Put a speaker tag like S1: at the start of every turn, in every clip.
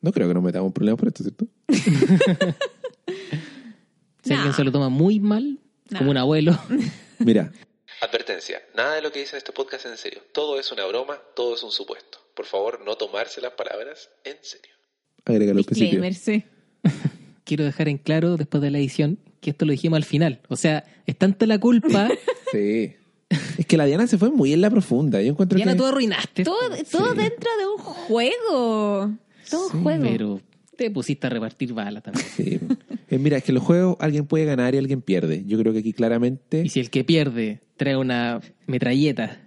S1: No creo que nos metamos en problemas por esto, ¿cierto?
S2: Si
S3: Nah.
S2: alguien se lo toma muy mal,
S3: Nah.
S2: como un abuelo,
S1: Mira,
S4: Advertencia, nada de lo que dice en este podcast es en serio. Todo es una broma, todo es un supuesto. Por favor, no tomarse las palabras en serio.
S1: agrégalo al principio.
S3: Disclaimer, sí.
S2: quiero dejar en claro, después de la edición, que esto lo dijimos al final. O sea, es tanta la culpa.
S1: Sí. Es que la Diana se fue muy en la profunda. Yo encuentro
S2: Diana,
S1: que...
S2: tú arruinaste.
S3: Todo, todo dentro de un juego. Todo un juego.
S2: Pero te pusiste a repartir balas también.
S1: Sí. Eh, mira, es que en los juegos alguien puede ganar y alguien pierde. Yo creo que aquí claramente...
S2: Y si el que pierde trae una metralleta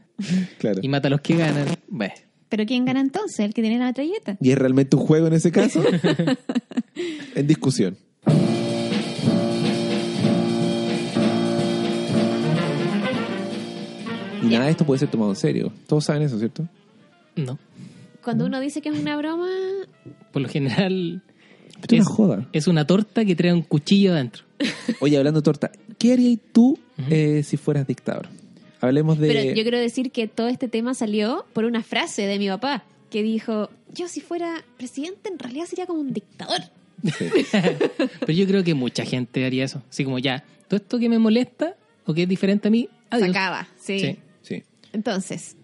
S1: Claro.
S2: y mata a los que ganan, bueno,
S3: ¿Pero quién gana entonces? ¿El que tiene la metralleta?
S1: ¿Y es realmente un juego en ese caso? en discusión. Y nada de esto puede ser tomado en serio. Todos saben eso, ¿cierto?
S2: no.
S3: Cuando uno dice que es una broma,
S2: Por lo general
S1: Esto es una joda.
S2: es una torta que trae un cuchillo adentro.
S1: Oye, hablando de torta, ¿qué harías tú eh, si fueras dictador? Hablemos de...
S3: pero yo quiero decir que todo este tema salió por una frase de mi papá que dijo, yo si fuera presidente en realidad sería como un dictador.
S2: Pero yo creo que mucha gente haría eso. Así como ya, todo esto que me molesta o que es diferente a mí,
S3: Se
S2: adiós.
S3: acaba, sí.
S2: Sí.
S1: Sí.
S3: Entonces,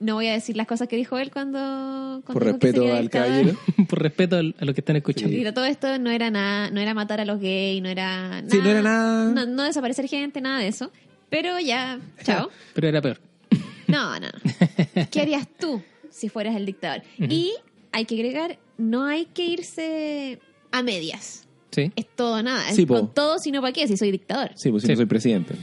S3: no voy a decir las cosas que dijo él cuando... cuando
S1: Por
S3: dijo que
S1: respeto
S3: sería
S1: al
S3: dictador.
S1: caballero.
S2: Por respeto al- a los que están escuchando.
S3: Mira, todo esto no era nada, no era matar a los gays, no era nada.
S1: Sí, no era nada.
S3: No, no desaparecer gente, nada de eso. Pero ya, chao.
S2: Pero era peor.
S3: No, no. ¿Qué harías tú si fueras el dictador? Y hay que agregar, no hay que irse a medias.
S2: Sí.
S3: Es todo o nada. Es
S1: Sí, po.
S3: con todo, si no, ¿para qué? Si soy dictador.
S1: Sí, pues si
S2: Sí.
S1: no soy presidente.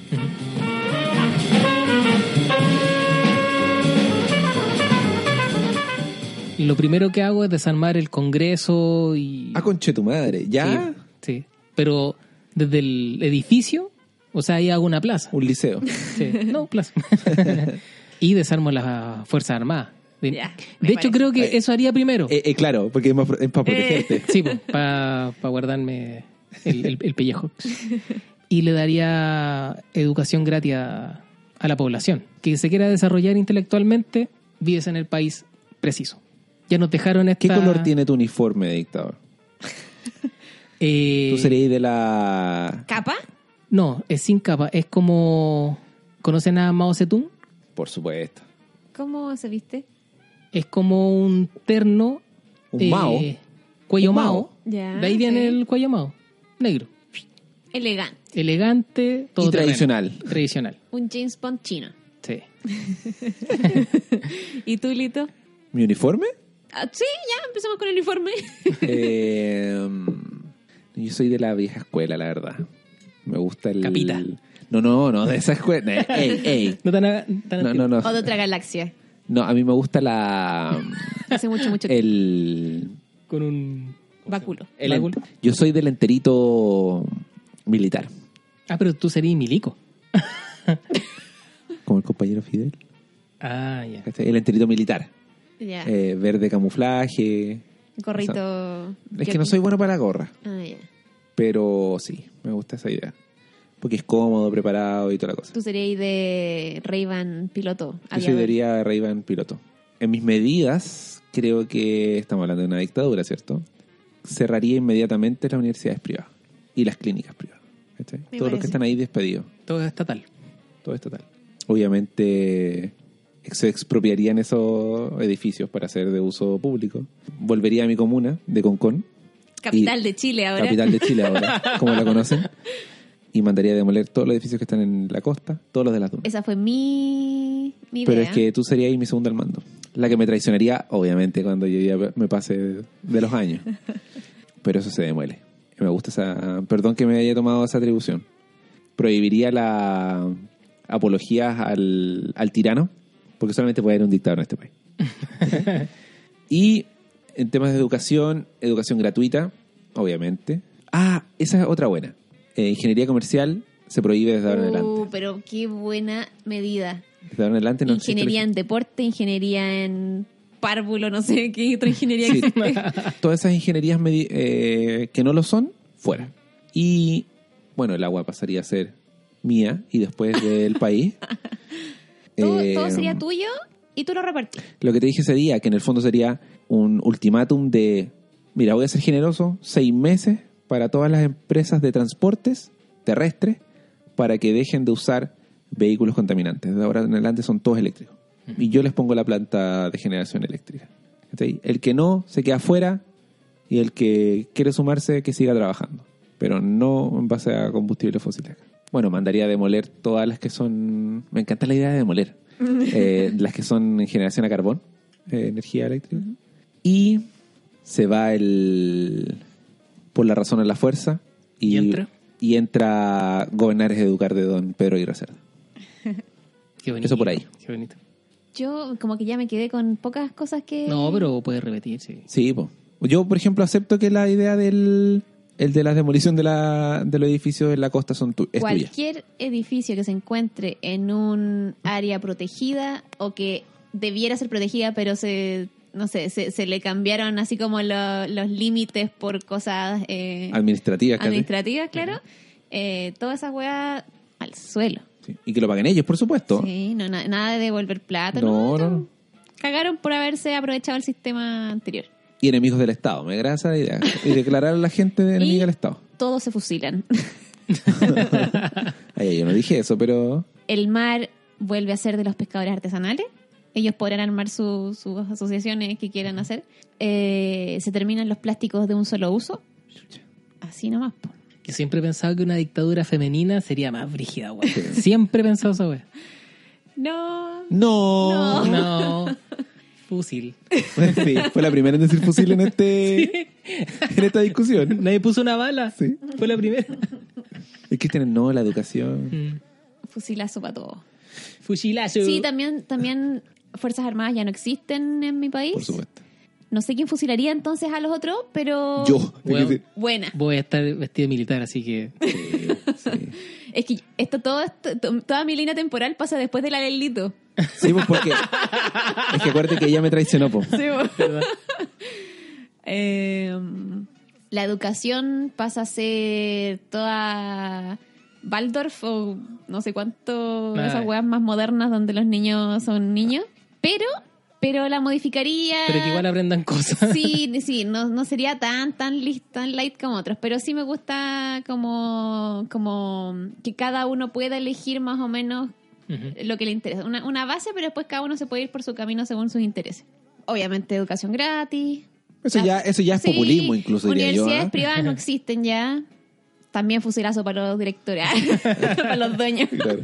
S2: Lo primero que hago es desarmar el Congreso y...
S1: Ah, conche tu madre. ¿Ya?
S2: Sí, sí. Pero desde el edificio, o sea, ahí hago una plaza.
S1: Un liceo.
S2: Sí, No, plaza. y desarmo las Fuerzas Armadas. De,
S3: Ya,
S2: de
S3: me
S2: hecho,
S3: parece.
S2: creo que
S1: Oye.
S2: eso haría primero.
S1: Eh, eh, claro, porque es, más pro- es para protegerte.
S2: Sí, para guardarme el, el- el pellejo. Y le daría educación gratis a, a la población. Que se quiera desarrollar intelectualmente, vives en el país preciso. Ya nos dejaron esta...
S1: ¿Qué color tiene tu uniforme de dictador?
S2: eh,
S1: Tú serías de la...
S3: ¿Capa?
S2: No, es sin capa. Es como... ¿Conocen a Mao Zedong?
S1: Por supuesto.
S3: ¿Cómo se viste?
S2: Es como un terno... eh,
S1: Un Mao.
S2: Cuello
S1: Un
S2: Mao.
S1: Mao.
S3: Ya,
S2: De ahí viene
S3: sí.
S2: el cuello Mao. Negro.
S3: Elegante.
S2: Elegante. Todo
S1: tradicional.
S2: Tradicional,
S3: Un James Bond chino.
S2: sí.
S3: ¿Y tú, Lito?
S1: ¿Mi uniforme?
S3: Ah, sí, ya empezamos con el uniforme.
S1: Eh, yo soy de la vieja escuela, la verdad. Me gusta el...
S2: Capita.
S1: No, no, no, de esa escuela. Eh, Ey, ey.
S2: No tan, a- tan
S1: No,
S2: antiguo.
S1: no, no.
S3: o de otra galaxia.
S1: No, a mí me gusta la...
S3: Hace mucho, mucho tiempo.
S1: El...
S2: Con un...
S3: Báculo.
S1: el
S2: Magul.
S1: ent- yo soy del enterito militar,
S2: Ah, pero tú serías milico.
S1: como el compañero Fidel.
S2: Ah, ya.
S1: ¿cachai? El enterito militar.
S3: Ya.
S1: Eh, verde camuflaje.
S3: Gorrito.
S1: Es que no soy bueno para la gorra.
S3: Ah, ya.
S1: Pero sí, me gusta esa idea. Porque es cómodo, preparado y toda la cosa.
S3: Tú serías de Ray-Ban piloto.
S1: Yo soy
S3: aviador.
S1: diría Ray-Ban piloto. En mis medidas, creo que estamos hablando de una dictadura, ¿cierto? Cerraría inmediatamente las universidades privadas y las clínicas privadas. ¿cachai?
S3: Me
S1: Todos los
S3: parece.
S1: que están ahí despedidos.
S2: Todo es estatal.
S1: Todo es total. Obviamente se expropiarían esos edificios para ser de uso público. Volvería a mi comuna de Concón,
S3: Capital
S1: Y-
S3: de Chile ahora.
S1: capital de Chile ahora, como la conocen, y mandaría a demoler todos los edificios que están en la costa, todos los de las dunas.
S3: Esa fue mi, mi idea.
S1: Pero es que tú serías ahí mi segunda al mando. La que me traicionaría, obviamente, cuando yo ya me pase de los años. Pero eso se demuele. Me gusta esa... Perdón que me haya tomado esa atribución. Prohibiría la apologías al, al tirano, porque solamente puede haber un dictador en este país. y en temas de educación, educación gratuita, obviamente. Ah, esa es otra buena. Eh, ingeniería comercial se prohíbe desde ahora en
S3: Uh,
S1: adelante.
S3: pero qué buena medida.
S1: Desde ahora en adelante no existe la
S3: ingeniería en deporte, ingeniería en párvulo, no sé qué otra ingeniería
S1: Sí.
S3: existe.
S1: Todas esas ingenierías medi- eh, que no lo son, fuera. Y bueno, el agua pasaría a ser mía y después del país.
S3: todo,
S1: Eh,
S3: todo sería tuyo y tú lo repartís.
S1: Lo que te dije ese día, que en el fondo sería un ultimátum de mira, voy a ser generoso, seis meses para todas las empresas de transportes terrestres para que dejen de usar vehículos contaminantes. De ahora en adelante son todos eléctricos. Y yo les pongo la planta de generación eléctrica. ¿Cachai? El que no, se queda afuera y el que quiere sumarse, que siga trabajando. Pero no en base a combustibles fósiles. Bueno, mandaría a demoler todas las que son... Me encanta la idea de demoler. Eh, las que son en generación a carbón, eh, energía eléctrica. Y se va el... Por la razón a la fuerza. Y,
S2: ¿Y entra?
S1: Y entra Gobernar es Educar de Don Pedro y Cerda.
S2: Qué bonito,
S1: Eso por ahí.
S2: Qué bonito.
S3: Yo como que ya me quedé con pocas cosas que...
S2: No, pero puedes repetir, sí.
S1: Sí, po. Yo, por ejemplo, acepto que la idea del el de la demolición de, la, de los edificios en la costa son tu- es tuya.
S3: Cualquier edificio que se encuentre en un área protegida o que debiera ser protegida, pero se, no sé, se, se le cambiaron así como lo- los límites por cosas eh,
S1: Administrativa, casi.
S3: administrativas, claro. Eh, todas esas weas al suelo.
S1: Sí. Y que lo paguen ellos, por supuesto.
S3: Sí, no, na- nada de devolver plata.
S1: No,
S3: No,
S1: no,
S3: no,
S1: no.
S3: Cagaron por haberse aprovechado el sistema anterior.
S1: Y enemigos del Estado. Me agrada esa idea. Y declarar a la gente de enemiga
S3: Y-
S1: del Estado.
S3: Todos se fusilan.
S1: Ay, yo no dije eso, pero
S3: el mar vuelve a ser de los pescadores artesanales. Ellos podrán armar su- sus asociaciones que quieran hacer. Eh, se terminan los plásticos de un solo uso. Así nomás. po.
S2: Yo siempre he pensado que una dictadura femenina sería más brígida, güey. Siempre he pensado esa güey.
S3: No.
S1: no.
S2: No. Fusil.
S1: Sí, fue la primera en decir fusil en este en esta discusión.
S2: Nadie puso una bala.
S1: Sí.
S2: Fue la primera.
S1: Es que tienen no la educación.
S2: Mm.
S3: Fusilazo para todo.
S2: Fusilazo.
S3: Sí, también, también Fuerzas Armadas ya no existen en mi país.
S1: Por supuesto.
S3: No sé quién fusilaría entonces a los otros, pero.
S1: Yo.
S2: Bueno.
S3: Buena.
S2: Voy a estar vestido de militar, así que.
S1: Sí, sí.
S3: Es que esto todo, esto- to- toda mi línea temporal pasa después del alelito.
S1: Sí, pues porque. Es que acuérdate que ella me traicionó, pues. po.
S3: Sí, po.
S2: ¿verdad?
S3: Eh, la educación pasa a ser toda Waldorf o no sé cuánto,
S2: Ah,
S3: esas
S2: ya.
S3: weas más modernas donde los niños son niños, pero pero la modificaría.
S2: Pero que igual aprendan cosas.
S3: Sí, sí, no, no sería tan tan lis- tan light como otros, pero sí me gusta como como que cada uno pueda elegir más o menos
S2: Ujú.
S3: lo que le interesa. Una, una base, pero después cada uno se puede ir por su camino según sus intereses. Obviamente educación gratis,
S1: Eso ya, eso ya es
S3: Sí,
S1: populismo, incluso diría yo.
S3: Universidades
S1: ¿ah?
S3: privadas no existen ya. También fusilazo para los directores, ¿eh? para los dueños.
S1: Claro.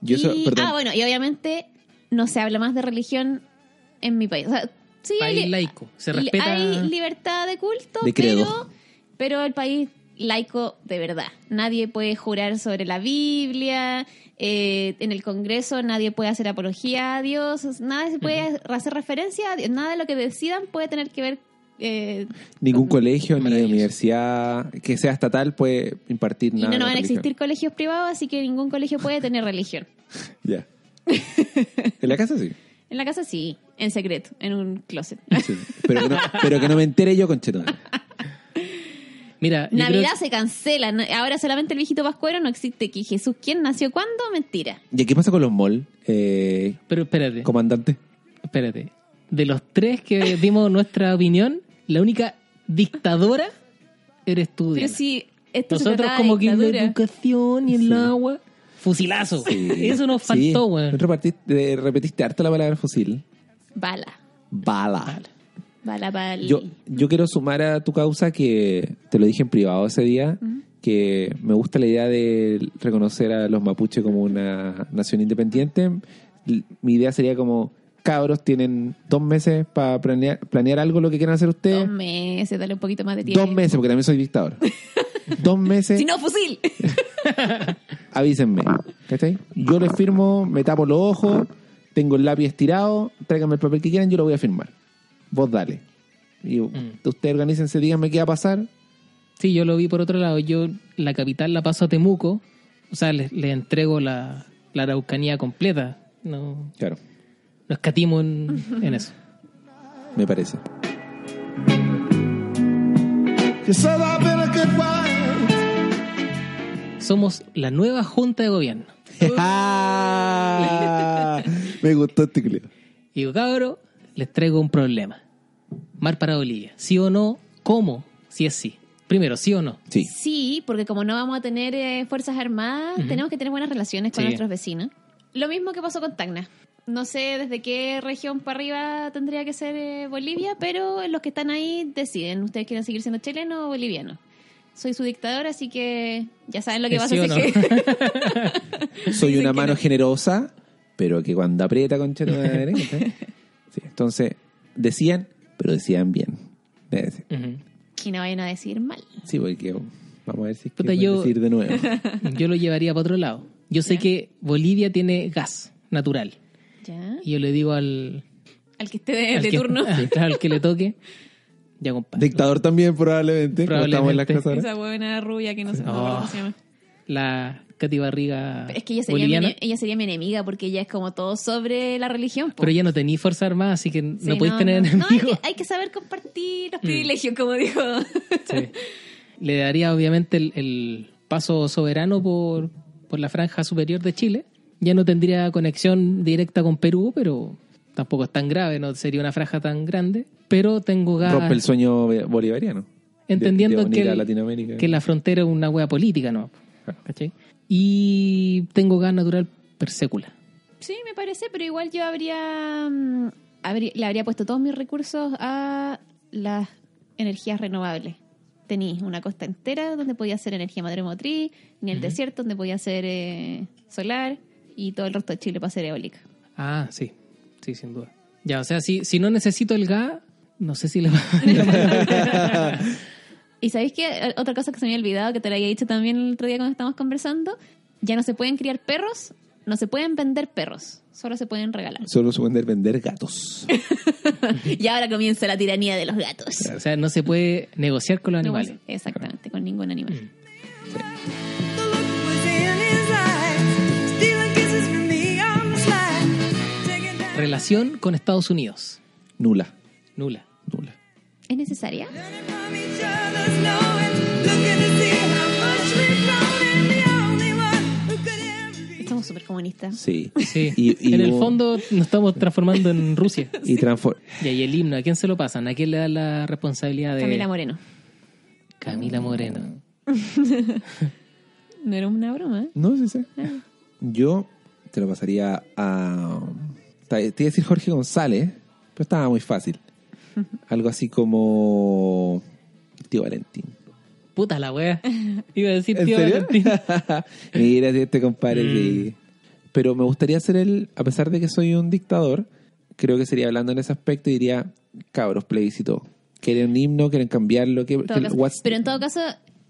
S1: Yo eso-
S3: Y-
S1: perdón.
S3: ah, bueno, y obviamente no se habla más de religión en mi país. O sea, sí, hay,
S2: País
S3: li-
S2: laico. Se
S3: li-
S2: respeta.
S3: hay libertad de culto,
S1: De credo.
S3: pero, pero el país laico de verdad. Nadie puede jurar sobre la Biblia, eh, en el Congreso nadie puede hacer apología a Dios, nada se puede hacer referencia a Dios, nada de lo que decidan puede tener que ver... eh,
S1: Ningún colegio ni
S2: Maravilloso.
S1: universidad que sea estatal puede impartir
S3: Y
S1: nada.
S3: no, no
S1: de
S3: van a
S1: religión.
S3: existir colegios privados, así que ningún colegio puede tener religión.
S1: Ya. En la casa sí.
S3: En la casa sí, en secreto, en un closet.
S1: Sí. Pero, que no, pero que no me entere yo, conchetón.
S2: Mira, yo creo
S3: Navidad se cancela, no- ahora solamente el viejito pascuero no existe. que Jesús? ¿Quién nació cuándo? Mentira.
S1: ¿Y qué pasa con los malls, eh,
S2: que- Pero espérate.
S1: comandante?
S2: Espérate. De los tres que dimos nuestra opinión, la única dictadora eres tú.
S3: Pero
S2: Diana.
S3: si esto se
S2: Nosotros
S3: trataba de
S2: como que en la
S3: dictadura.
S2: educación y el
S1: Sí.
S2: agua, fusilazo. Eso nos
S1: Sí.
S2: faltó, weón.
S1: Repartiste- eh, repetiste harto la palabra fusil.
S3: Bala,
S1: Bala.
S3: bala, bala.
S1: Yo, yo quiero sumar a tu causa que te lo dije en privado ese día, que me gusta la idea de reconocer a los mapuche como una nación independiente. L- Mi idea sería como, cabros, tienen dos meses para planear, planear algo lo que quieran hacer ustedes.
S3: Dos meses, dale un poquito más de tiempo.
S1: Dos meses, porque también soy dictador. dos meses,
S3: Si no, fusil.
S1: avísenme. ¿cachai? Yo les firmo, me tapo los ojos, tengo el lápiz estirado, tráiganme el papel que quieran, yo lo voy a firmar. Vos dale. Y ustedes organícense, díganme qué va a pasar,
S2: Sí, yo lo vi por otro lado. Yo la capital la paso a Temuco. O sea, les, les entrego la, la araucanía completa. No,
S1: Claro,
S2: no escatimo en, en eso.
S1: me parece.
S2: Somos la nueva junta de gobierno.
S1: me gustó este clip.
S2: Y digo, cabro, les traigo un problema. Mar para Bolivia. ¿Sí o no? ¿Cómo? Si es sí. Primero, ¿sí o no?
S1: Sí.
S3: Sí, porque como no vamos a tener eh, fuerzas armadas,
S2: Ujú.
S3: tenemos que tener buenas relaciones con
S2: Sí.
S3: nuestros vecinos. Lo mismo que pasó con Tacna. No sé desde qué región para arriba tendría que ser eh, Bolivia, pero los que están ahí deciden. ¿Ustedes quieren seguir siendo chilenos o bolivianos? Soy su dictador, así que ya saben lo que
S2: ¿Es
S3: pasa.
S2: sí o
S3: así
S2: no?
S3: que-
S1: Soy
S3: Dicen
S1: una
S3: que
S1: mano
S3: no.
S1: generosa, pero que cuando aprieta con cheto de derecha. Sí, entonces, decían, pero decían bien. Debe ser.
S2: Ujú.
S3: y no vayan a decir mal.
S1: Sí, porque vamos a ver si es que
S2: Puta,
S1: pueden
S2: yo-
S1: decir de nuevo.
S2: Yo lo llevaría para otro lado. Yo sé
S3: Ya.
S2: que Bolivia tiene gas natural.
S3: ¿Ya?
S2: Y yo le digo al...
S3: Al que esté de,
S2: al
S3: de
S2: que-
S3: turno.
S2: Claro, al que le toque. Ya, compadre.
S1: Dictador también, probablemente. como estamos en las
S2: Probablemente.
S1: casas ahora.
S3: Esa buena rubia que no sé
S2: Oh.
S3: no me acuerdo cómo se llama.
S2: La Katy Barriga
S3: Es que ella sería, mi,
S2: boliviana.
S3: ene- ella sería mi enemiga porque ella es como todo sobre la religión. po.
S2: Pero ya no tenéis Fuerza Armada, así que no
S3: Sí,
S2: podéis tener
S3: no. No, hay,
S2: enemigos. Mm.
S3: que, hay que saber compartir los privilegios, como dijo.
S2: Sí. Le daría obviamente el, el paso soberano por, por la franja superior de Chile. Ya no tendría conexión directa con Perú, pero tampoco es tan grave, no sería una franja tan grande. Pero tengo gas,
S1: Rompe el sueño be- bolivariano. de-
S2: entendiendo
S1: de unir
S2: que, el-
S1: a Latinoamérica. Ah.
S2: que la frontera es una wea política, ¿no? ¿Cachai? Y tengo gas natural per sécula.
S3: sí, me parece, pero igual yo habría, mm, habría- le habría puesto todos mis recursos a las energías renovables. Tenís una costa entera donde podía hacer energía madremotriz, ni el desierto donde podía hacer eh, solar y todo el resto de Chile para hacer eólica.
S2: Ah, sí, sí, sin duda. Ya, o sea, si, si no necesito el gas, no sé si le va
S3: Y sabéis que eh, otra cosa que se me había olvidado, que te lo había dicho también el otro día cuando estábamos conversando, ya no se pueden criar perros, no se pueden vender perros, solo se pueden regalar.
S1: Solo se pueden vender gatos.
S3: Y ahora comienza la tiranía de los gatos.
S2: O sea, no se puede negociar con los
S3: No,
S2: animales. Mm.
S3: Exactamente, con ningún animal.
S5: The look was in his eyes, stealing kisses from me on the slide, taking down-
S2: Relación con Estados Unidos.
S1: Nula.
S2: Nula.
S1: Nula.
S3: ¿Es necesaria?
S5: learning from each other's knowing, looking to see how much we've grown, and the only one who could ever be.
S3: Somos súper comunistas.
S1: Sí.
S2: Sí.
S1: Y- y
S2: en el
S1: hubo-
S2: fondo nos estamos transformando en Rusia.
S1: Y transfor-
S2: Y ahí el himno, ¿a quién se lo pasan? ¿A quién le da la responsabilidad de
S3: Camila Moreno.
S2: Camila Moreno.
S3: No era una broma. ¿eh?
S1: No, sí sé. Yo te lo pasaría a. Te iba a decir Jorge González, pero estaba muy fácil. Algo así como. Tío Valentín.
S2: Puta la wea. Iba a decir
S1: ¿En
S2: tío
S1: serio?
S2: Valentín.
S1: Mira, si este compadre.
S2: Mm.
S1: sí. Pero me gustaría ser el. A pesar de que soy un dictador, creo que sería hablando en ese aspecto y diría: cabros, plebiscito. Quieren un himno, quieren cambiarlo. que-
S3: En todo
S1: que-
S3: caso-
S1: what's-
S3: Pero en todo caso,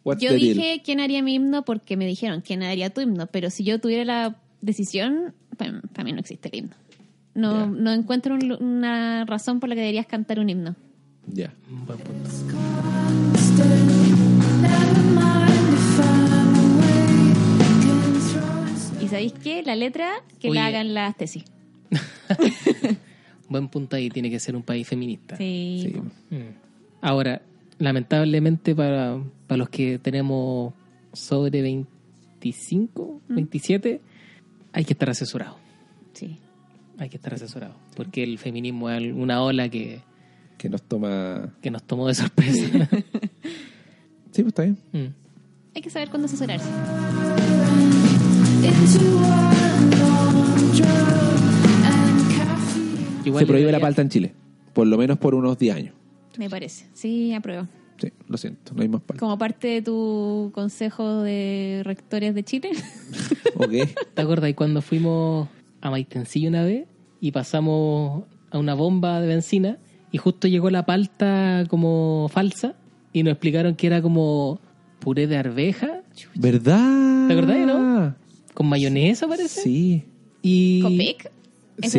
S1: what's
S3: yo
S1: the
S3: dije
S1: deal?
S3: quién haría mi himno porque me dijeron quién haría tu himno. Pero si yo tuviera la decisión, para mí no existe el himno. No,
S1: Ya.
S3: no encuentro un lu- una razón por la que deberías cantar un himno.
S1: Ya.
S2: Un buen punto.
S3: ¿Y sabéis qué? La letra, que
S2: Oye.
S3: la hagan las tesis.
S2: Buen punto ahí, tiene que ser un país feminista.
S3: Sí.
S1: Sí.
S2: Mm. Ahora, lamentablemente para, para los que tenemos sobre 25,
S1: Mm.
S2: 27, hay que estar asesorados.
S3: sí.
S2: Hay que estar asesorado. Porque el feminismo es una ola que,
S1: Que nos toma.
S2: que nos tomó de sorpresa.
S1: Sí, pues está bien.
S2: Mm.
S3: Hay que saber cuándo asesorarse.
S2: Igual
S1: Se
S2: le
S1: prohíbe la
S2: daría-
S1: palta en Chile. Por lo menos por unos 10 años.
S3: Me parece. Sí, apruebo.
S1: Sí, lo siento, no hay más palta.
S3: Como parte de tu consejo de rectores de Chile.
S1: Ok.
S2: ¿Te acuerdas? Y cuando fuimos a Maitencillo una vez y pasamos a una bomba de benzina y justo llegó la palta como falsa y nos explicaron que era como puré de arveja
S1: ¿Verdad?
S2: ¿Te acordás, no? con mayonesa, parece.
S1: Sí.
S2: Y
S3: ¿Copec? ¿Esa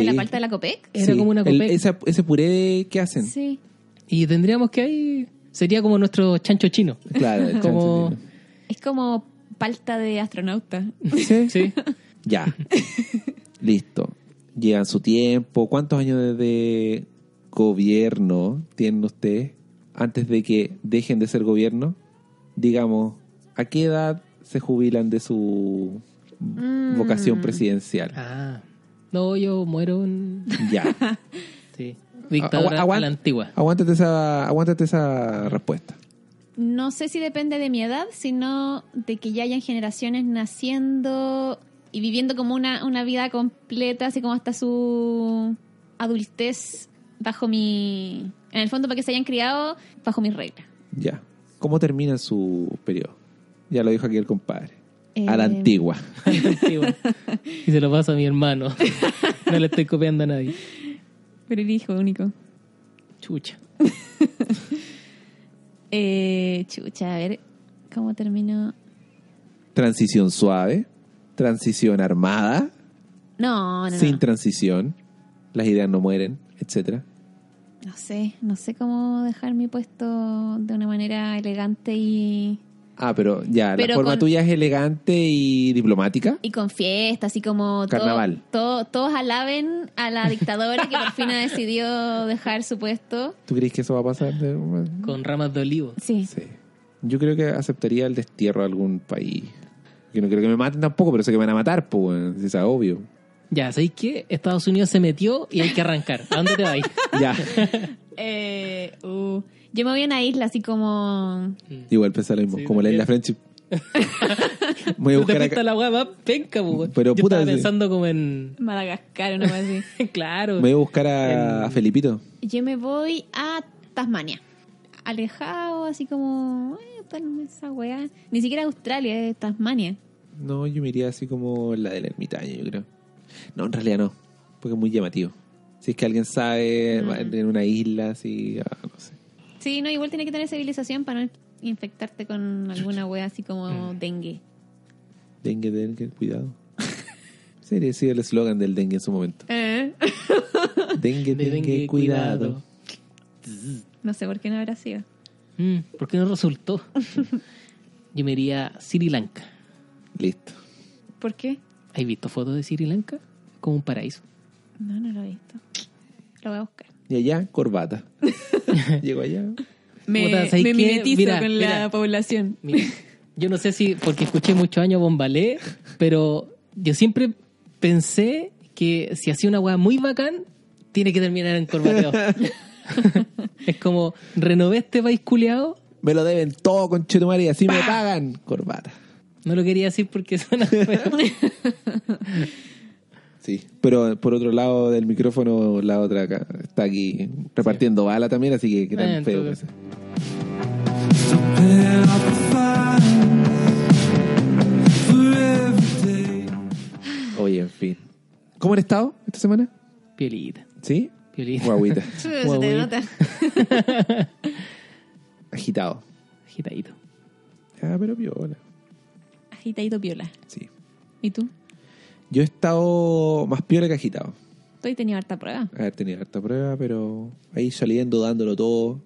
S1: Sí.
S3: es la palta de la Copec?
S2: Era
S1: Sí,
S2: como una
S1: el-
S2: copec.
S1: esa- ese puré de- que hacen.
S3: Sí.
S2: Y tendríamos que ahí. Sería como nuestro chancho chino.
S1: Claro, el
S2: Como-
S1: chancho
S3: Es como palta de astronauta.
S1: tiene. ¿Sí?
S2: Sí.
S1: Ya. Listo. Llegan su tiempo. ¿Cuántos años de- de gobierno tienen ustedes antes de que dejen de ser gobierno? Digamos, ¿a qué edad se jubilan de su vocación presidencial?
S2: Ah. No, yo muero en.
S1: Ya.
S2: Sí. Dictadura
S1: Agua-
S2: a la antigua.
S1: Aguántate esa, aguántate esa respuesta.
S3: No sé si depende de mi edad, sino de que ya hayan generaciones naciendo y viviendo como una, una vida completa, así como hasta su adultez bajo mi... En el fondo, para que se hayan criado bajo mis reglas.
S1: Ya. ¿Cómo termina su periodo? Ya lo dijo aquí el compadre. A la
S3: Eh,
S1: antigua.
S2: A la antigua. y se lo paso a mi hermano. No le estoy copiando a nadie.
S3: Pero el hijo único.
S2: Chucha.
S3: Eh, chucha, a ver cómo termino.
S1: Transición suave, transición armada,
S3: No, no, no.
S1: sin transición, las ideas no mueren, etcétera.
S3: No sé, no sé cómo dejar mi puesto de una manera elegante y,
S1: Ah, pero ya, la
S3: Pero
S1: forma
S3: con-
S1: tuya es elegante y diplomática.
S3: y con fiesta, así como todo-
S1: Carnaval.
S3: todo- todos alaben a la dictadora que por fin ha decidió dejar su puesto.
S1: ¿Tú crees que eso va a pasar? de-
S2: Con ramas de olivo.
S3: Sí.
S1: Sí. Yo creo que aceptaría el destierro de algún país. Yo no creo que me maten tampoco, pero sé que me van a matar, pues, weón, si es obvio.
S2: Ya, ¿sabéis qué? Estados Unidos se metió y hay que arrancar. ¿A dónde te vais?
S1: Ya.
S3: Eh, uh, yo me voy a una isla así como...
S1: Igual pensé lo mismo,
S2: Sí,
S1: como la
S2: también.
S1: isla Friendship. Voy a
S2: Tú te
S1: buscar
S2: pintas
S1: acá.
S2: la weá más penca, po, weón.
S1: Pero
S2: Yo
S1: puta,
S2: estaba
S1: sí.
S2: pensando como en...
S3: Madagascar o algo así.
S2: claro.
S1: Me voy a buscar a, a Felipito.
S3: Yo me voy a Tasmania. Alejado, así como... eh, tan esa weá. Ni siquiera Australia, es Tasmania.
S1: No, yo me iría así como la del ermitaño, yo creo. No, en realidad no, porque es muy llamativo. Si es que alguien sabe, va
S2: Mm.
S1: en una isla, así, ah, no sé.
S3: Sí, no, igual tiene que tener civilización para no infectarte con alguna wea así como
S2: Mm.
S3: dengue.
S1: Dengue, dengue, cuidado. Sería así el eslogan del dengue en su momento.
S3: Eh.
S1: Dengue,
S2: De
S1: dengue,
S2: dengue,
S1: cuidado.
S3: No sé por qué no habrá sido.
S2: Mm, ¿Por qué no resultó? Yo me iría a Sri Lanka.
S1: Listo.
S3: ¿Por qué?
S2: ¿Has visto fotos de Sri Lanka? Como un paraíso.
S3: No, no lo he visto. Lo voy a buscar.
S1: Y allá, corbata. Llego allá.
S2: Puta, ¿sabes qué? Mira, mira.
S3: población.
S2: Mira, yo no sé si, porque escuché muchos años Bombalé, pero yo siempre pensé que si hacía una weá muy bacán, tiene que terminar en corbateo. es como, renové este país culeado.
S1: Me lo deben todo con Chetumare y así me pagan. Corbata.
S2: No lo quería decir porque suena feo.
S1: Sí. Pero por otro lado del micrófono, la otra acá, está aquí repartiendo bala también, así que qué tan
S2: Eh, en
S1: feo
S2: todo
S1: que
S2: caso.
S1: sea. Oye, en fin. ¿Cómo han estado esta semana?
S2: Piolita,
S1: ¿Sí?
S2: piolita.
S1: Guaguita.
S3: Se te
S2: Huawei.
S3: nota.
S1: Agitado.
S2: Agitadito.
S1: Ah, pero piola.
S3: Agitadito piola.
S1: Sí.
S3: ¿Y tú?
S1: Yo he estado más piola que agitado.
S3: Estoy teniendo harta prueba.
S1: Haber tenido harta prueba, pero ahí saliendo, dándolo todo,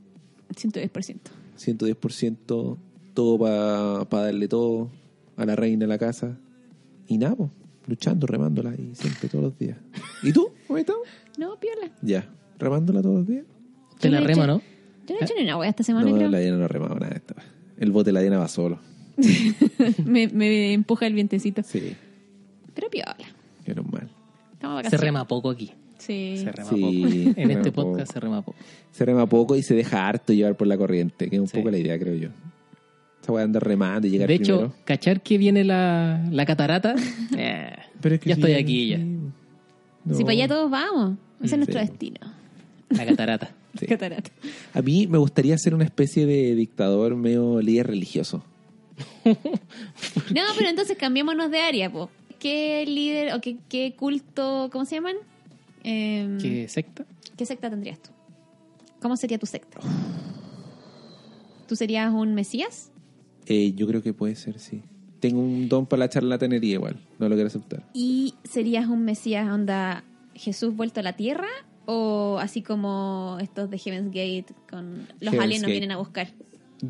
S3: 110%.
S1: 110%, todo para darle todo a la reina a la casa. Y nada, po, luchando, remándola y siempre, todos los días. ¿Y tú? ¿Cómo has estado?
S3: No, piola.
S1: Ya, remándola todos los días.
S2: Te
S3: Yo
S2: la
S3: he
S2: remo,
S3: hecho-
S2: ¿no? Ah.
S3: Yo no he hecho ni una wea esta semana,
S1: No,
S3: creo.
S1: la Diana no remaba nada de esto. El bote de la Diana va solo.
S3: me, me empuja el vientecito.
S1: Sí,
S3: Pero piola.
S1: menos mal.
S3: Estamos de
S2: Se
S3: vacaciones.
S2: rema poco aquí.
S3: Sí.
S2: Se rema
S1: Sí,
S2: poco. En
S1: rema
S2: este
S1: poco.
S2: podcast se rema poco.
S1: Se rema poco y se deja harto llevar por la corriente, que es un
S2: Sí.
S1: poco la idea, creo yo. Esa weá de andar remando y llegar
S2: De hecho,
S1: primero.
S2: cachar que viene la, la catarata. eh, ya estoy aquí ya. pues,
S1: No.
S3: Si para allá todos vamos. Ese es nuestro
S1: Sí.
S3: destino.
S2: La catarata.
S1: Sí.
S3: Catarata.
S1: A mí me gustaría ser una especie de dictador medio líder religioso.
S3: No, pero entonces cambiémonos de área, po. ¿Qué líder o qué, qué culto, cómo se llaman? Em,
S2: ¿Qué secta?
S3: ¿Qué secta tendrías tú? ¿Cómo sería tu secta? ¿Tú serías un mesías?
S1: Eh, yo creo que puede ser, sí. Tengo un don para la charlatanería igual, no lo quiero aceptar.
S3: ¿Y serías un mesías onda Jesús vuelto a la tierra? ¿O así como estos de Heaven's Gate con los
S1: Heaven's
S3: aliens nos
S1: Gate.
S3: vienen a buscar?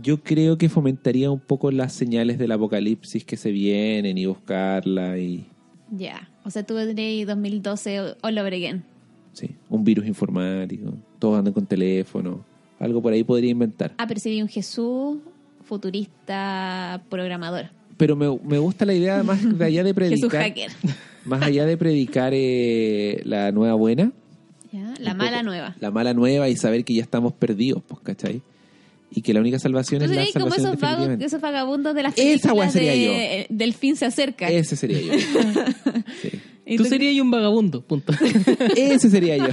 S1: Yo creo que fomentaría un poco las señales del apocalipsis que se vienen y buscarla y...
S3: Ya. O sea, tú vendrías 2012 all over again.
S1: Sí, un virus informático, todos andan con teléfono, algo por ahí podría inventar.
S3: Ah, pero sería un Jesús futurista programador.
S1: Pero me, me gusta la idea más de allá de
S3: Jesús
S1: predicar...
S3: hacker.
S1: Más allá de predicar eh, la nueva buena,
S3: Ya, la
S1: un
S3: mala
S1: poco
S3: nueva.
S1: La mala nueva y saber que ya estamos perdidos, pues, ¿cachai? Y que la única salvación
S3: Tú
S1: es la
S3: serías como
S1: salvación
S3: esos, vagos-
S1: definitivamente.
S3: esos vagabundos de las
S1: Esa weá
S3: películas
S1: sería
S3: de- del fin se acerca.
S1: Ese sería yo. Sí.
S3: Y
S2: Tú serías un vagabundo, punto.
S1: Ese sería yo.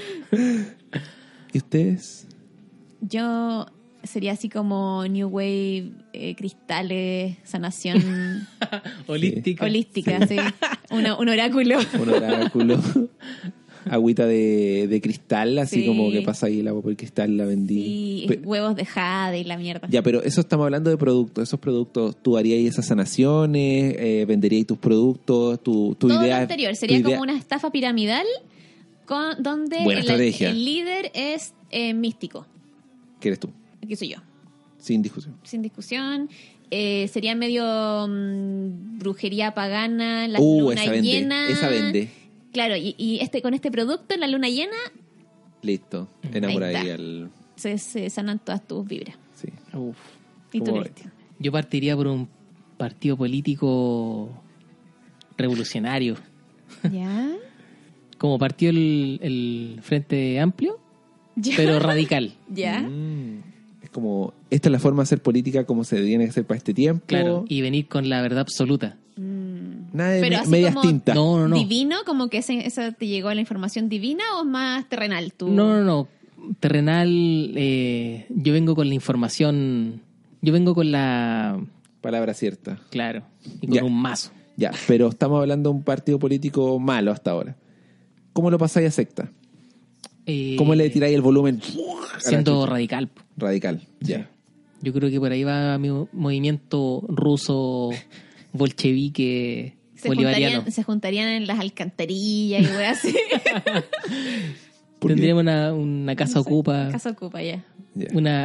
S1: ¿Y ustedes?
S3: Yo sería así como New Wave, eh, cristales, sanación
S2: Holística.
S3: holística, sí. Una- un oráculo.
S1: Un oráculo. Agüita de, de cristal, así
S3: Sí.
S1: como que pasa ahí la por el cristal, la vendí.
S3: Y
S1: Pe-
S3: huevos de jade y la mierda.
S1: Ya, pero eso estamos hablando de productos. Esos productos, tú harías esas sanaciones, eh, venderías tus productos, tu, tu
S3: Todo
S1: idea.
S3: lo anterior.
S1: tu
S3: Sería
S1: idea-
S3: como una estafa piramidal con, donde
S1: Buena
S3: el,
S1: estrategia.
S3: el líder es eh, místico,
S1: que eres tú?
S3: que soy yo,
S1: Sin discusión.
S3: sin discusión. Eh, sería medio mm, brujería pagana, la
S1: Uh,
S3: luna
S1: esa vende,
S3: llena.
S1: esa vende.
S3: Claro, y, y este con este producto en la luna llena
S1: Listo. Enamoraría
S3: Ahí está.
S1: al.
S3: se, se sanan todas tus vibras.
S1: Sí.
S2: Uf.
S3: Y tú
S1: Como-
S3: listo.
S2: Yo partiría por un partido político revolucionario.
S3: ¿Ya?
S2: Como partió el, el Frente Amplio,
S3: ¿Ya?
S2: pero radical.
S3: ¿Ya?
S1: Mm. Es como. Esta es la forma de hacer política como se tiene que hacer para este tiempo.
S2: Claro. Y venir con la verdad absoluta.
S1: Nada de
S3: Pero
S1: me-
S3: así
S1: medias
S3: como-
S1: tintas.
S2: No, no, no.
S3: ¿Divino? ¿Como que ese- esa te llegó la información divina o más terrenal? Tú?
S2: No, no, no. Terrenal, eh, yo vengo con la información. Yo vengo con la.
S1: Palabra cierta.
S2: Claro. Y con
S1: Ya.
S2: un mazo.
S1: Ya, pero estamos hablando de un partido político malo hasta ahora. ¿Cómo lo pasáis a secta?
S2: Eh,
S1: ¿Cómo le tiráis el volumen? a la
S2: Siendo
S1: chucha?
S2: radical. po.
S1: radical. Ya.
S2: Yo creo que por ahí va mi movimiento ruso, bolchevique,
S3: Se
S2: bolivariano.
S3: juntarían, se juntarían en las alcantarillas y weas así.
S1: ¿Por qué?
S2: Tendríamos una, una casa ocupa,
S3: Casa ocupa, ya.
S1: Ya.
S2: una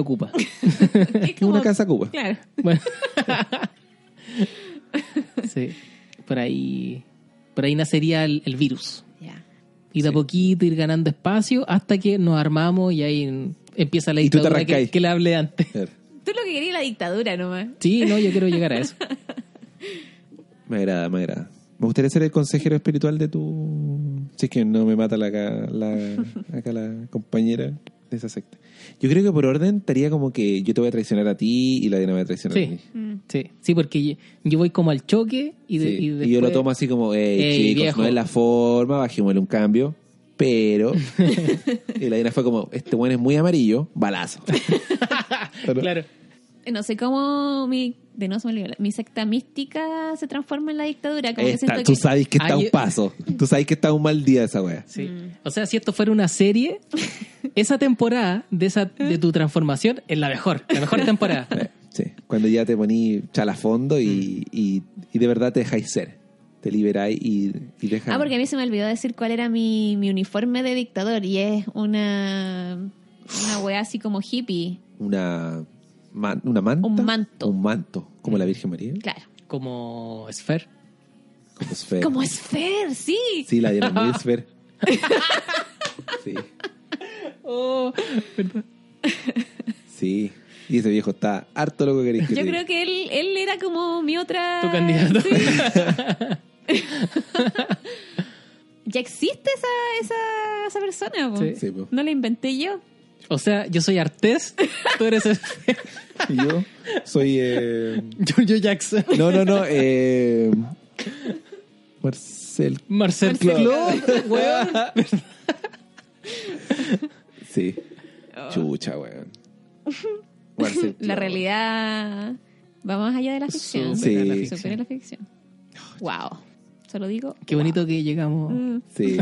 S2: ocupa.
S3: Es
S1: Una casa ocupa.
S3: Claro.
S2: Bueno. sí, por ahí, por ahí nacería el, el virus.
S3: Ya.
S2: Y de a poquito ir ganando espacio hasta que nos armamos y ahí empieza la
S1: Y tú te
S2: dictadura que,
S1: arrancáis.
S2: que le hablé antes.
S1: Claro.
S3: Tú lo que querías es la dictadura nomás.
S2: Sí, no, yo quiero llegar a eso.
S1: Me agrada, me agrada. Me gustaría ser el consejero espiritual de tu... Si es que no me mata la, ca- la- acá la compañera de esa secta. Yo creo que por orden estaría como que yo te voy a traicionar a ti y la Diana me va a traicionar a
S2: Sí,
S1: mí.
S2: sí, sí, porque yo, yo voy como al choque y, de-
S1: Sí,
S2: y
S1: y,
S2: después-
S1: yo lo tomo así como, hey,
S2: Ey,
S1: chicos,
S2: viejo.
S1: no es la forma, bajémosle un cambio. Pero. y la Dina fue como, este buen es muy amarillo, balazo.
S2: Claro.
S3: eh, No sé cómo mi, de no se me olvidó, mi secta mística se transforma en la dictadura. Como que
S1: Esta-
S3: siento
S1: tú
S3: que
S1: sabes que está
S2: Ay,
S1: un
S2: yo-
S1: paso. Tú sabes que está un mal día esa wea.
S2: Sí. O sea, si esto fuera una serie, esa temporada de esa de tu transformación es la mejor, la mejor temporada.
S1: Eh, Sí, cuando ya te poní chalafondo
S3: Mm.
S1: y, y, y de verdad te dejáis ser. Te liberáis y, y dejáis.
S3: Ah, porque a mí se me olvidó decir cuál era mi, mi uniforme de dictador y es una una wea así como hippie.
S1: Una, man- una manta.
S3: Un manto.
S1: Un manto. Como la Virgen María.
S3: Claro.
S2: Como Sphere.
S1: Como esfera.
S3: Como es Fer, sí.
S1: Sí, la Diana muy esfera. Sí. Sí. Y ese viejo está harto loco que
S3: Yo creo que él, él era como mi otra...
S2: Tu candidato.
S3: Ya existe esa, esa, esa persona. po.
S2: Sí.
S1: Sí, po.
S3: No la inventé yo.
S2: O sea, yo soy Artés, tú eres Sphere,
S1: Yo soy. eh,
S2: yo, yo Jackson,
S1: No, no, no. Eh... Marcel. Marcel
S2: Marcel Claude, weón.
S1: Sí. Chucha, weón. Marcel
S3: La
S1: Claude.
S3: realidad va más allá de la ficción.
S1: Supera
S2: la
S3: Sí.
S2: ficción.
S3: Supera la ficción. wow. Se lo digo.
S2: Qué bonito que llegamos.
S1: Sí,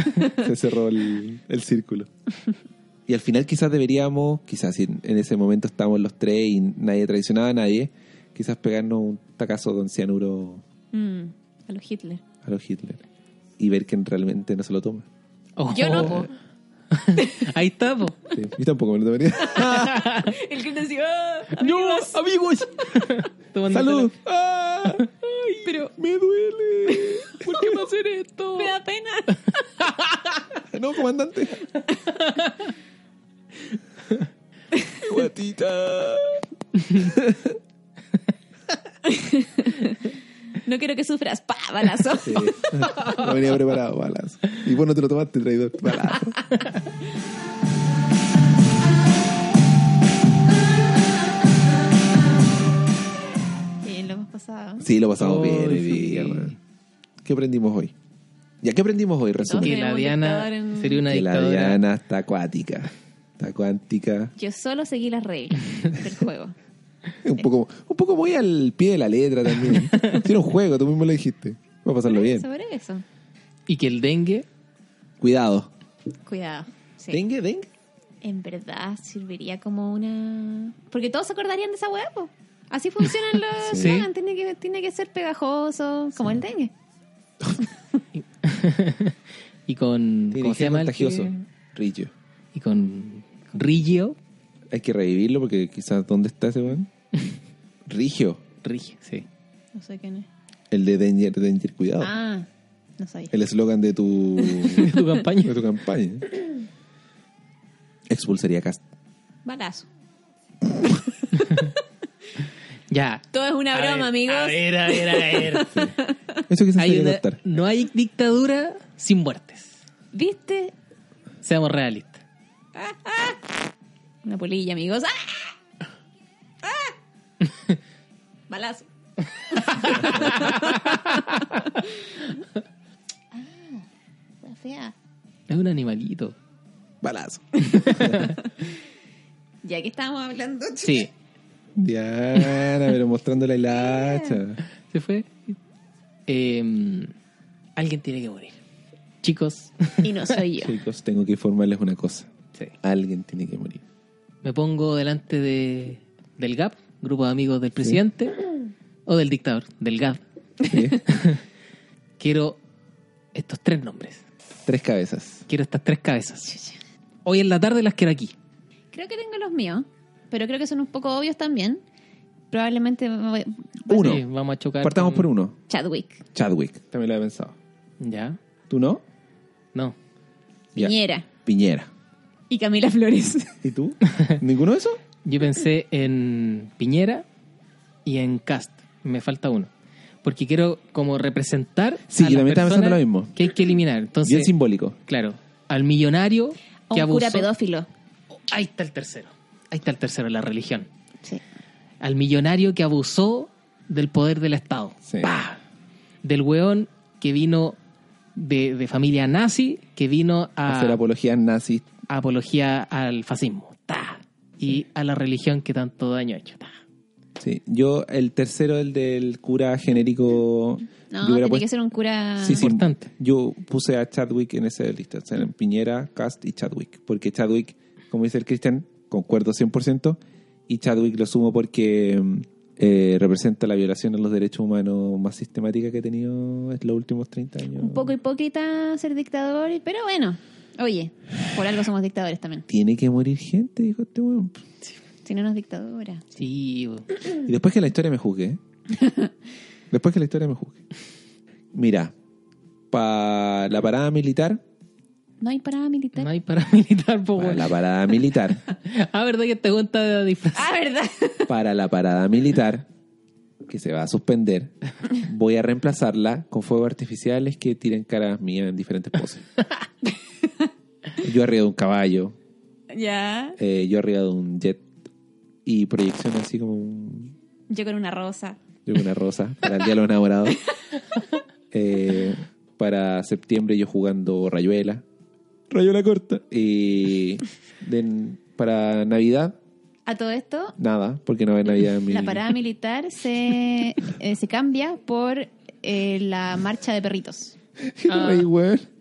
S1: se cerró el, el círculo. Y al final quizás deberíamos, quizás si en ese momento estábamos los tres y nadie traicionaba a nadie, quizás pegarnos un tacazo con cianuro
S3: Mm, a los Hitler.
S1: a los Hitler y ver quién realmente no se lo toma.
S2: Oh.
S3: Yo no, po.
S2: Ahí está, po.
S1: Sí, Yo tampoco me lo tomaría.
S3: El que nos dijo, "Ah,
S2: amigos. amigos. Tomando
S1: ¡Salud!
S2: tele-
S1: ¡Ah!
S3: pero
S1: ¡Me duele!
S2: ¿Por qué me hacer esto?
S3: me da pena.
S1: No, comandante. Guatita.
S3: No quiero que sufras. ¡Pa! Balazo.
S1: Sí. No venía preparado, balas. Y bueno, te lo tomaste, traidor. Balas.
S3: Sí, lo hemos pasado.
S1: Sí, lo pasamos
S2: Oh,
S1: bien hoy
S2: sí.
S1: día, man. ¿Qué aprendimos hoy? Ya, ¿qué aprendimos hoy?
S3: Entonces,
S2: Que
S1: Resumen.
S2: la
S3: tenemos
S2: Diana
S3: dictador en-
S2: sería una
S1: que la
S2: dictadora.
S1: Diana está acuática. Está acuática.
S3: Yo solo seguí las reglas del juego.
S1: Un poco, un poco muy al pie de la letra también. Tiene un juego, tú mismo lo dijiste. Va a pasarlo bien.
S3: Sobre eso.
S2: Y que el dengue,
S1: Cuidado.
S3: Cuidado. Sí.
S1: Dengue, dengue.
S3: En verdad serviría como una... Porque todos se acordarían de esa hueá, po. Así funcionan los
S2: Sí.
S3: slogans. Tiene que, tiene que ser pegajoso, como el dengue.
S2: y con. ¿Cómo se
S1: Dirigente
S2: llama? el que-
S1: contagioso. Richo.
S2: Y con. Rigio.
S1: Hay que revivirlo porque quizás ¿dónde está ese weón? Rigio.
S2: Rigio, sí.
S3: No sé quién es.
S1: El de Danger, Danger, cuidado.
S3: Ah, no sabía.
S1: El eslogan de tu,
S2: De tu campaña.
S1: de tu campaña. Expulsaría a Cast.
S3: Balazo.
S2: Ya.
S3: Todo es una
S2: A
S3: broma,
S2: ver,
S3: amigos.
S2: A ver, a ver, a ver.
S1: Eso quizás
S2: Hay
S1: hay que
S2: una-
S1: adoptar.
S2: no hay dictadura sin muertes.
S3: ¿Viste?
S2: Seamos realistas.
S3: Una polilla, amigos. ¡Ah! ¡Ah! Balazo. ah, la fea.
S2: Es un animalito.
S1: Balazo.
S3: Ya que estábamos hablando.
S2: Sí.
S1: Diana, pero mostrando la hilacha.
S2: ¿Se fue? Eh, alguien tiene que morir. Chicos.
S3: Y no soy yo.
S1: Chicos, tengo que informarles una cosa.
S2: Sí.
S1: Alguien tiene que morir.
S2: Me pongo delante de, del GAP, grupo de amigos del presidente, o del dictador, del GAP.
S1: ¿Sí?
S2: Quiero estos tres nombres.
S1: Tres cabezas.
S2: Quiero estas tres cabezas. Hoy en la tarde las quiero aquí.
S3: Creo que tengo los míos, pero creo que son un poco obvios también. Probablemente me voy-
S1: Uno.
S2: Sí, vamos a chocar.
S1: Partamos por
S2: con-
S1: uno.
S3: Chadwick,
S1: Chadwick. También lo había pensado.
S2: Ya.
S1: ¿Tú no?
S2: No.
S1: Ya.
S3: Piñera
S1: Piñera.
S3: y Camila Flores.
S1: ¿Y tú? ¿Ninguno de esos?
S2: Yo pensé en Piñera y en Cast. Me falta uno. Porque quiero como representar
S1: Sí,
S2: a
S1: yo
S2: las
S1: también estaba pensando
S2: personas
S1: lo mismo.
S2: que hay que eliminar.
S1: Bien
S2: Entonces,
S1: simbólico.
S2: claro, al millonario
S3: O
S2: que
S3: un cura
S2: abusó. Oh,
S3: pedófilo.
S2: Ahí está el tercero. Ahí está el tercero, la religión.
S3: Sí.
S2: Al millonario que abusó del poder del Estado.
S1: Sí.
S2: ¡Pah! Del weón que vino de, de familia nazi, que vino a,
S1: Hacer apología nazi.
S2: a apología al fascismo. ¡Ta! Y a la religión que tanto daño ha hecho. ¡Ta!
S1: Sí. Yo, el tercero, el del cura genérico. yo
S3: No,
S1: hubiera
S3: tiene
S1: puesto-
S3: que ser un cura.
S1: Sí, sí.
S2: Importante.
S1: Yo puse a Chadwick en esa lista. O sea, en Piñera, Cast y Chadwick. Porque Chadwick, como dice el Cristian, concuerdo 100%. Y Chadwick lo sumo porque mm, eh, representa la violación a los derechos humanos más sistemática que ha tenido en los últimos 30 años.
S3: Un poco hipócrita ser dictador, pero bueno. Oye, por algo somos dictadores también.
S1: Tiene que morir gente, dijo este weón.
S3: Si no, no es dictadura.
S2: Sí, bo.
S1: Y después que la historia me juzgue. ¿eh? después que la historia me juzgue. Mira, para la parada militar.
S3: No hay parada militar.
S2: no hay paramilitar, po,
S1: Para
S2: weón.
S1: la parada militar.
S2: Ah, ¿verdad que te cuenta disfrazado?
S3: Ah, ¿verdad?
S1: para la parada militar, que se va a suspender, voy a reemplazarla con fuegos artificiales que tiren caras mías en diferentes poses. Yo arriba de un caballo,
S3: ya.
S1: eh, yo arriba de un jet y proyección así como un-
S3: Yo con una rosa.
S1: yo con una rosa para el día de los enamorados. Eh, para septiembre yo jugando rayuela. Rayuela corta. Y de- para Navidad,
S3: A todo esto,
S1: nada, porque no hay Navidad en mi...
S3: la parada militar se, eh, se cambia por eh, la marcha de perritos.
S1: Ay, weón.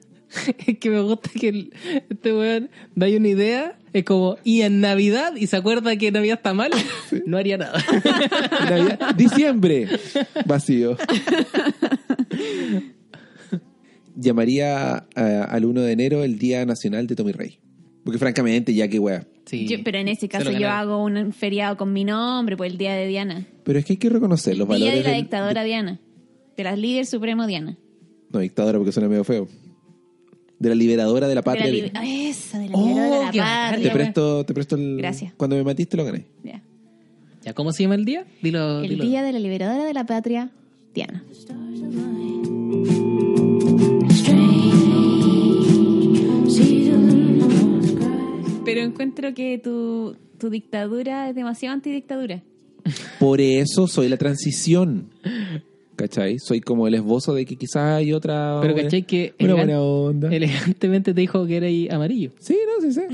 S2: Es que me gusta que el- este weón da ahí una idea, es como, y en Navidad, y se acuerda que Navidad está mal, no haría nada.
S1: Navidad- Diciembre. Vacío. Llamaría eh, al 1 de enero el Día Nacional de Tommy Rey. Porque francamente, ya que weá.
S2: Sí.
S3: Yo- pero en ese
S2: Se lo
S3: caso yo
S2: ganaron.
S3: hago un feriado con mi nombre por el Día de Diana.
S1: Pero es que hay que reconocer los
S3: Día
S1: valores.
S3: de la
S1: del-
S3: dictadora Diana. De la líder supremo Diana.
S1: No, dictadora porque suena medio feo. De la liberadora de la
S3: De la
S1: patria.
S3: li- Ah, Esa, de la
S2: Oh,
S3: liberadora de
S2: qué
S3: la
S2: bacán.
S1: te
S3: patria.
S1: presto, te presto el.
S3: Gracias.
S1: Cuando me matiste lo gané.
S3: Ya.
S2: ¿Ya cómo se llama el día? Dilo,
S3: El
S2: dilo.
S3: día de la liberadora de la patria, Diana. Pero encuentro que tu, tu dictadura es demasiado antidictadura.
S1: Por eso soy la transición. ¿Cachai? Soy como el esbozo de que quizás hay otra.
S2: Pero
S1: buena-
S2: ¿cachai que
S1: Una
S2: elegan-
S1: buena onda.
S2: elegantemente te dijo que eres amarillo?
S1: Sí, no, sí sé.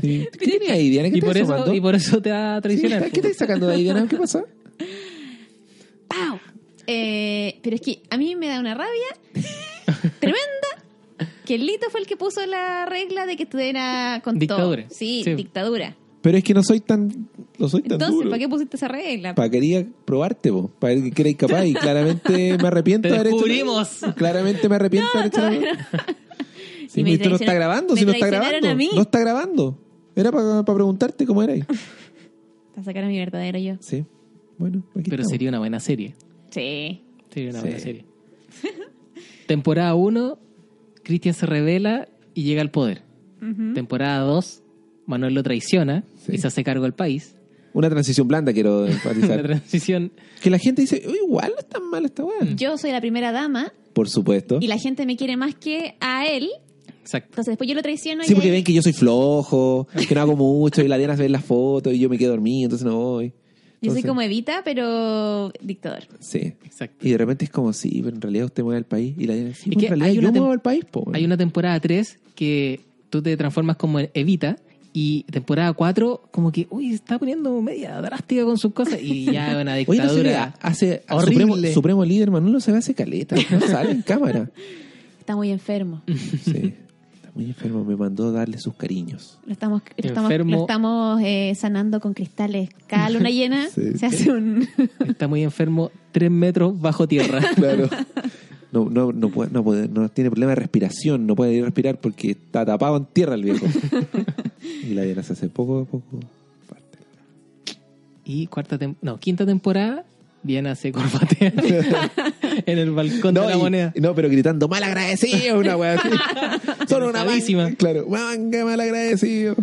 S1: Sí. ¿Qué tenía ahí, Diana? ¿Qué
S2: Y
S1: estás
S2: por,
S1: asomando?
S2: eso, y por eso te va a
S1: Sí,
S2: traicionar.
S1: ¿Qué estás sacando de ahí, Diana? ¿Qué pasa?
S3: ¡Pau! Eh, pero es que a mí me da una rabia tremenda que el Lito fue el que puso la regla de que estuviera con
S2: Dictadura.
S3: todo. Sí,
S2: Sí.
S3: dictadura.
S1: Pero es que no soy tan. No soy tan
S3: Entonces,
S1: duro.
S3: ¿para qué pusiste esa regla?
S1: Pa- quería probarte, vos, para ver que eres capaz. Y claramente me arrepiento
S2: Te
S1: de haber hecho.
S2: descubrimos.
S1: Claramente me arrepiento de haber hecho. Si
S3: Y me
S1: esto no
S3: traicionaron-
S1: está grabando,
S3: me
S1: si no está
S3: traicionaron
S1: grabando.
S3: a mí.
S1: No está grabando. Era para preguntarte cómo era ahí.
S3: Para sacar a mi verdadero yo.
S1: Sí. Bueno, aquí
S2: Pero
S1: estamos.
S2: sería una buena serie.
S3: Sí.
S2: Sería una
S1: Sí.
S2: buena serie. Temporada 1, Cristian se revela y llega al poder. Temporada 2, Manuel lo traiciona
S1: Sí.
S2: y se hace cargo del país.
S1: Una transición blanda, quiero
S2: Una
S1: enfatizar.
S2: transición.
S1: que la gente dice, "Oh, igual no es tan mal esta weá.
S3: Yo soy la primera dama
S1: Por supuesto.
S3: y la gente me quiere más que a él.
S2: Exacto.
S3: Entonces después yo lo traiciono
S1: Sí,
S3: y
S1: porque
S3: ahí-
S1: ven que yo soy flojo, que no hago mucho, y la Diana se ve en las fotos, y yo me quedo dormido, entonces no voy.
S3: yo soy
S1: Entonces-
S3: como Evita, pero dictador.
S1: Sí.
S2: Exacto.
S1: Y de repente es como, sí, pero en realidad usted mueve el país. Y la Diana, sí,
S2: Es
S1: pero
S2: que
S1: en realidad
S2: hay
S1: yo
S2: una tem-
S1: muevo el país, po. weón.
S2: Hay una temporada 3 que tú te transformas como en Evita y temporada 4 como que, uy, se está poniendo media drástica con sus cosas y ya es una
S1: Oye, no se ve,
S2: dictadura.
S1: hace a
S2: horrible.
S1: supremo, supremo líder Manolo se ve hace caleta, no sale en cámara.
S3: Está muy enfermo.
S1: Mm. Sí, está muy enfermo, me mandó a darle sus cariños.
S3: Lo estamos, lo estamos,
S2: Enfermo.
S3: lo estamos eh, sanando con cristales. Cada luna llena
S1: Sí.
S3: se hace un...
S2: Está muy enfermo, 3 metros bajo tierra.
S1: Claro. No, no, no, puede, no, puede- no tiene problema de respiración, no puede ir a respirar porque está tapado en tierra el viejo. y la Diana se hace poco a poco. parte.
S2: Y cuarta tem- no, quinta temporada, Diana se corbatea en el balcón de la
S1: y-
S2: moneda.
S1: no, pero gritando mal agradecido, una wea así. Son una
S2: Enojadísima.
S1: manga. Claro, manga mal agradecido.